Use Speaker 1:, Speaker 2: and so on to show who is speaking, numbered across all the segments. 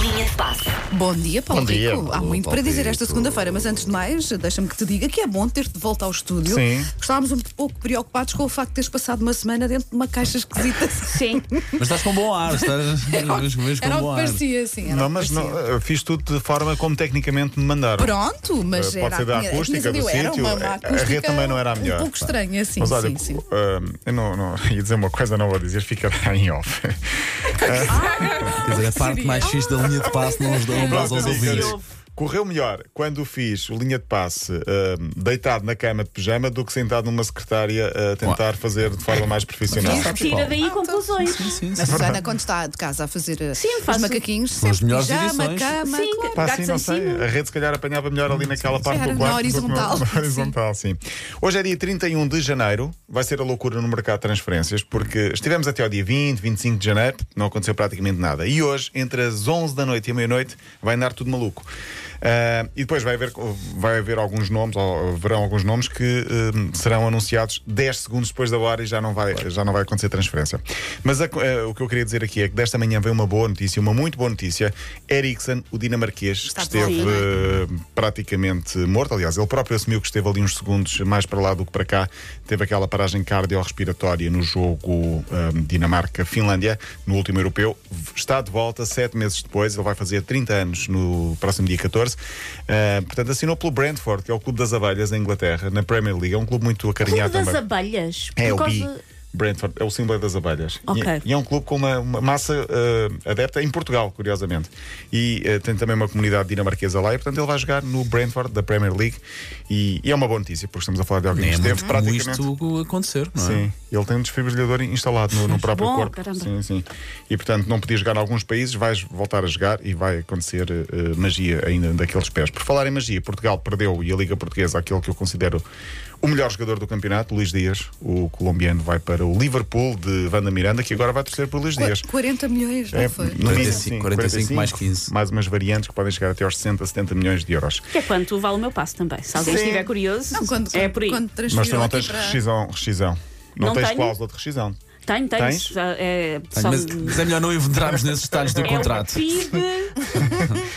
Speaker 1: Linha de passe.
Speaker 2: Bom dia, Paulo
Speaker 3: Bom dia,
Speaker 2: Rico. Há
Speaker 3: Paulo,
Speaker 2: muito
Speaker 3: Paulo
Speaker 2: para dizer
Speaker 3: Rico.
Speaker 2: esta segunda-feira, mas antes de mais, deixa-me que te diga que é bom ter-te de volta ao estúdio.
Speaker 3: Sim.
Speaker 2: Estávamos um pouco preocupados com o facto de teres passado uma semana dentro de uma caixa esquisita.
Speaker 1: Sim.
Speaker 4: Mas estás com bom ar, estás vês- vês com
Speaker 2: Era
Speaker 4: bom
Speaker 2: o que
Speaker 4: ar.
Speaker 2: parecia, assim.
Speaker 3: Não, mas não, eu fiz tudo de forma como tecnicamente me mandaram.
Speaker 2: Pronto, mas
Speaker 3: Eh,
Speaker 2: era
Speaker 3: pode ser da
Speaker 2: tinha- tinhas
Speaker 3: acústica
Speaker 2: ali-
Speaker 3: do
Speaker 2: era
Speaker 3: sítio. eh,
Speaker 2: uma- uma
Speaker 3: A- a
Speaker 2: acústica
Speaker 3: rede também não era a melhor.
Speaker 2: Um pouco estranha, sim,
Speaker 3: Mas olha,
Speaker 2: sim, sim.
Speaker 3: eh, eu não, não- ia dizer uma coisa, não vou dizer, fica em off.
Speaker 4: Quer dizer, a parte mais fixe da linha de passe não nos dá um aos
Speaker 3: Pronto, digo,
Speaker 4: ouvintes.
Speaker 3: Correu melhor quando fiz o linha de passe eh, deitado na cama de pijama do que sentado numa secretária a tentar fazer de forma mais profissional.
Speaker 2: Isso
Speaker 3: Sabes,
Speaker 1: Tira
Speaker 3: Paulo?
Speaker 2: Ah,
Speaker 1: daí conclusões.
Speaker 4: Sim, sim, sim.
Speaker 2: Mas Susana, quando está de casa a fazer eh,
Speaker 1: Sim,
Speaker 2: os
Speaker 1: faço-
Speaker 2: macaquinhos,
Speaker 4: as
Speaker 2: sempre
Speaker 4: melhores
Speaker 2: pijama,
Speaker 4: edições.
Speaker 2: cama,
Speaker 1: Sim,
Speaker 2: claro.
Speaker 3: Pá,
Speaker 1: Gatos
Speaker 3: assim,
Speaker 1: em
Speaker 3: não sei.
Speaker 1: cima.
Speaker 3: A rede se calhar apanhava melhor ali naquela parte
Speaker 2: Era
Speaker 3: do
Speaker 2: na
Speaker 3: quarto.
Speaker 2: horizontal,
Speaker 3: do que
Speaker 2: sim.
Speaker 3: na horizontal, sim. Hoje é dia 31 de janeiro, vai ser a loucura no mercado de transferências, porque estivemos até ao dia 20, 25 de janeiro, não aconteceu praticamente nada. E hoje, entre as 11 da noite e a meia-noite, vai andar tudo maluco. Ah, e depois vai haver, vai haver alguns nomes, ou haverão alguns nomes que hum, serão anunciados 10 segundos depois da hora e já não vai, já não vai acontecer transferência. Mas a co- eh, o que eu queria dizer aqui é que desta manhã veio uma boa notícia, uma muito boa notícia. Eriksen, o dinamarquês, que
Speaker 2: Está de
Speaker 3: esteve
Speaker 2: volta,
Speaker 3: eh, praticamente morto. Aliás, ele próprio assumiu que esteve ali uns segundos mais para lá do que para cá. Teve aquela paragem cardiorrespiratória no jogo ehm, Dinamarca-Finlândia, no último europeu. V- Está de volta sete meses depois. Ele vai fazer 30 anos no próximo dia 14. Eh, portanto, assinou pelo Brentford, que é o clube das abelhas em Inglaterra, na Premier League. É um clube muito
Speaker 1: Clube
Speaker 3: acarinhado
Speaker 1: das
Speaker 3: também.
Speaker 1: abelhas.
Speaker 3: É
Speaker 1: por
Speaker 3: o Bi.
Speaker 1: causa-
Speaker 3: Brentford, é o símbolo das abelhas.
Speaker 1: Ok.
Speaker 3: E, e é um clube com uma, uma massa eh, adepta em Portugal, curiosamente. E eh, tem também uma comunidade dinamarquesa lá, e portanto ele vai jogar no Brentford da Premier League. E, e é uma boa notícia, porque estamos a falar de alguém
Speaker 4: É
Speaker 3: que esteve
Speaker 4: muito comum
Speaker 3: praticamente.
Speaker 4: isto acontecer, não é?
Speaker 3: Sim, ele tem um desfibrilhador instalado no, no próprio
Speaker 1: Bom,
Speaker 3: corpo.
Speaker 1: caramba.
Speaker 3: Sim, sim. E portanto não podia jogar em alguns países, vais voltar a jogar e vai acontecer eh, magia ainda daqueles pés. Por falar em magia, Portugal perdeu e a Liga Portuguesa, aquele que eu considero o melhor jogador do campeonato, Luís Dias, o colombiano, vai para o Liverpool de Vanda Miranda, que agora vai torcer por Luís
Speaker 2: Qu-
Speaker 3: Dias.
Speaker 2: 40 milhões, não
Speaker 3: É,
Speaker 2: foi?
Speaker 3: no mínimo,
Speaker 4: 45,
Speaker 3: sim,
Speaker 4: 45, mais 15.
Speaker 3: Mais umas variantes que podem chegar até aos 60, 70 milhões de euros.
Speaker 1: Que é quanto vale o meu passo também. Se alguém
Speaker 3: Sim.
Speaker 1: estiver curioso,
Speaker 2: Não, quando,
Speaker 1: é por aí.
Speaker 2: quando
Speaker 3: Mas tu
Speaker 2: transferiram
Speaker 3: não
Speaker 2: aqui
Speaker 3: tens
Speaker 2: para-
Speaker 3: rescisão. rescisão. Não,
Speaker 1: Não
Speaker 3: tens
Speaker 1: tenho.
Speaker 3: cláusula de rescisão.
Speaker 1: Tenho, tenho.
Speaker 3: Tens?
Speaker 1: Já É,
Speaker 4: Tenho,
Speaker 1: só-
Speaker 4: Mas, mas é melhor não entrarmos nesses detalhes do
Speaker 1: é
Speaker 4: contrato.
Speaker 1: o PIB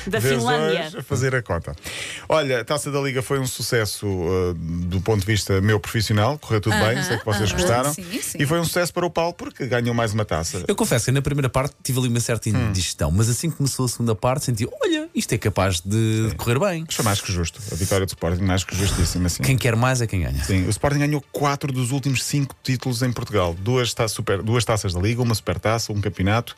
Speaker 1: da
Speaker 3: Vês
Speaker 1: Finlândia.
Speaker 3: hoje a fazer a conta. Olha, a Taça da Liga foi um sucesso uh, do ponto de vista meu profissional, correu tudo bem, sei que vocês
Speaker 2: aham.
Speaker 3: gostaram.
Speaker 2: Sim, sim.
Speaker 3: E foi um sucesso para o Paulo porque ganhou mais uma taça.
Speaker 4: Eu confesso que na primeira parte tive ali uma certa
Speaker 3: Hum.
Speaker 4: indigestão, mas assim que começou a segunda parte senti, olha, isto é capaz de correr bem.
Speaker 3: Foi mais que justo. A vitória do Sporting, mais que justíssima, assim.
Speaker 4: Quem quer mais é quem ganha.
Speaker 3: Sim, o Sporting ganhou quatro dos últimos cinco títulos em Portugal: duas, ta super, duas taças da Liga, uma supertaça, um campeonato.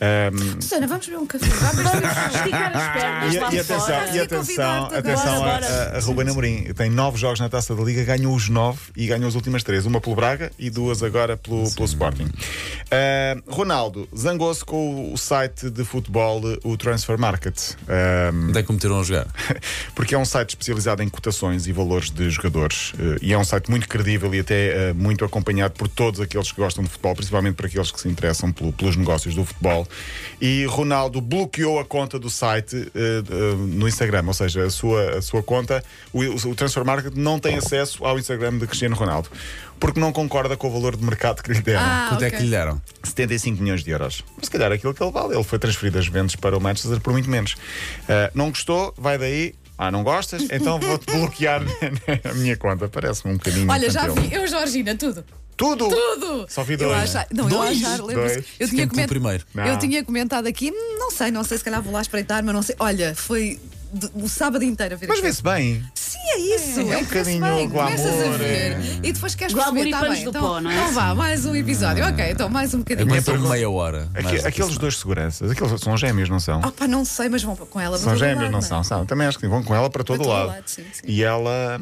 Speaker 3: Um,
Speaker 2: Susana, vamos beber um café. Vá beber-
Speaker 1: Vamos esticar as pernas
Speaker 3: E,
Speaker 1: lá
Speaker 3: e atenção,
Speaker 1: fora.
Speaker 3: e
Speaker 2: Queria
Speaker 3: atenção,
Speaker 2: convidar-te
Speaker 3: atenção
Speaker 1: agora.
Speaker 3: a, a, a Ruben Amorim. Tem nove jogos na taça da Liga, ganhou os nove e ganhou as últimas três. Uma pelo Braga e duas agora pelo, pelo Sporting. Ah, Ronaldo zangou-se com o site de futebol, o Transfer Market. Ah,
Speaker 4: Onde é que me meteram a jogar?
Speaker 3: porque é um site especializado em cotações e valores de jogadores eh, e é um site muito credível e até eh, muito acompanhado por todos aqueles que gostam de futebol, principalmente por aqueles que se interessam pelo- pelos negócios do futebol. E Ronaldo bloqueou a conta do site eh, eh, no Instagram, ou seja, a sua, a sua conta, o, o Transfer Market não tem acesso ao Instagram de Cristiano Ronaldo porque não concorda com o valor de mercado que lhe deram.
Speaker 2: Ah,
Speaker 4: Quanto é
Speaker 2: ok.
Speaker 4: que lhe deram?
Speaker 3: 75 milhões de euros. Mas se calhar aquilo que ele vale. Ele foi transferido às Juventus para o Manchester por muito menos. Ah, não gostou? Vai daí. Ah, não gostas? Então vou-te bloquear na minha conta. Parece-me um bocadinho.
Speaker 2: Olha, já
Speaker 3: infantil.
Speaker 2: vi, eu, Georgina, tudo.
Speaker 3: Tudo!
Speaker 2: Tudo!
Speaker 3: Só vi
Speaker 2: Eu
Speaker 3: dois.
Speaker 2: achar, não, eu
Speaker 4: Dois?
Speaker 2: achar, lembro-se.
Speaker 3: Dois. Ah.
Speaker 2: Eu, tinha
Speaker 4: Sempre pelo
Speaker 2: coment-
Speaker 4: primeiro.
Speaker 2: eu
Speaker 3: Não.
Speaker 2: tinha comentado aqui, hum, não sei, não sei, se calhar vou lá espreitar, mas não sei. Olha, foi de- o sábado inteiro a ver
Speaker 3: Mas
Speaker 2: aquilo.
Speaker 3: vê-se bem.
Speaker 2: Sim, é isso.
Speaker 3: É um
Speaker 2: vê-se
Speaker 3: bocadinho
Speaker 2: bem,
Speaker 3: glamour,
Speaker 2: Começas a ver.
Speaker 3: é.
Speaker 2: E depois queres
Speaker 1: Glamour
Speaker 2: perceber,
Speaker 1: e
Speaker 2: tá
Speaker 1: panos
Speaker 2: bem.
Speaker 1: do
Speaker 2: Então,
Speaker 1: pó, não é?
Speaker 2: então vá, mais um episódio. Ok, então mais um bocadinho.
Speaker 4: Aguentam
Speaker 3: pergunta-
Speaker 4: meia hora.
Speaker 3: Aque-
Speaker 4: mais do que
Speaker 3: aqueles
Speaker 4: isso,
Speaker 3: dois seguranças, aqueles são gêmeos, não são?
Speaker 2: Ah, pá, não sei, mas vão com ela.
Speaker 3: São
Speaker 2: mas vou
Speaker 3: gêmeos,
Speaker 2: lá,
Speaker 3: não
Speaker 2: é?
Speaker 3: são? são? Também acho que vão com ela para todo,
Speaker 2: todo
Speaker 3: lado.
Speaker 2: lado, sim, sim.
Speaker 3: E ela.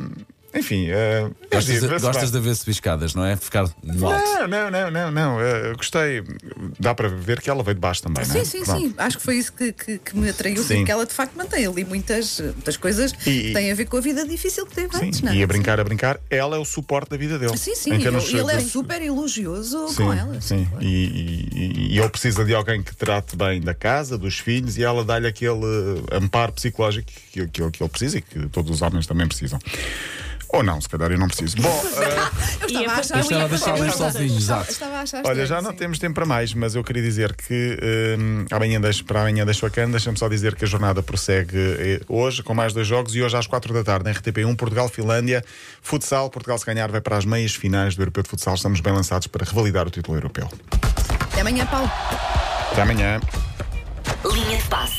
Speaker 3: Enfim. ah,
Speaker 4: não. Gostas,
Speaker 3: mas
Speaker 4: de,
Speaker 3: vê-se
Speaker 4: gostas
Speaker 3: bem.
Speaker 4: de haver subiscadas, não é? Ficar no alto.
Speaker 3: Não, não, não, não, não. eh, gostei. Dá para ver que ela veio de baixo também, não
Speaker 2: Sim,
Speaker 3: é?
Speaker 2: sim,
Speaker 3: Pronto.
Speaker 2: sim. Acho que foi isso que, que, que me atraiu,
Speaker 3: Sim.
Speaker 2: porque ela de facto mantém ali muitas, muitas coisas
Speaker 3: E-
Speaker 2: que têm a ver com a vida difícil que teve
Speaker 3: Sim,
Speaker 2: antes, não é?
Speaker 3: e a brincar, a brincar, ela é o suporte da vida dele.
Speaker 2: Sim, sim.
Speaker 3: Em
Speaker 2: Ele,
Speaker 3: termos
Speaker 2: ele é
Speaker 3: de-
Speaker 2: super elogioso
Speaker 3: Sim,
Speaker 2: com ela.
Speaker 3: sim. E, e, e- e ele precisa de alguém que trate bem da casa, dos filhos, e ela dá-lhe aquele eh, amparo psicológico que, que, ele- que ele precisa e que todos os homens também precisam. Ou não, se calhar eu não preciso. Bom,
Speaker 2: é,
Speaker 3: eh,
Speaker 2: Eu
Speaker 1: Ia
Speaker 2: estava a
Speaker 1: fazer-
Speaker 2: achar.
Speaker 4: Eu estava a
Speaker 1: eu ia fazer
Speaker 4: deixá-los
Speaker 1: perguntas.
Speaker 4: sozinhos, exato.
Speaker 2: Estava a achar
Speaker 3: olha,
Speaker 2: estranho,
Speaker 3: já não
Speaker 2: sim.
Speaker 3: temos tempo para mais, mas eu queria dizer que hum, amanhã deixo, para amanhã deixo a can, deixa-me só dizer que a jornada prossegue eh, hoje com mais dois jogos e hoje às quatro da tarde, em RTP1, Portugal-Finlândia, futsal, Portugal se ganhar vai para as meias finais do Europeu de Futsal. Estamos bem lançados para revalidar o título europeu.
Speaker 2: Até amanhã, Paulo.
Speaker 3: Até amanhã.
Speaker 5: Linha de passe.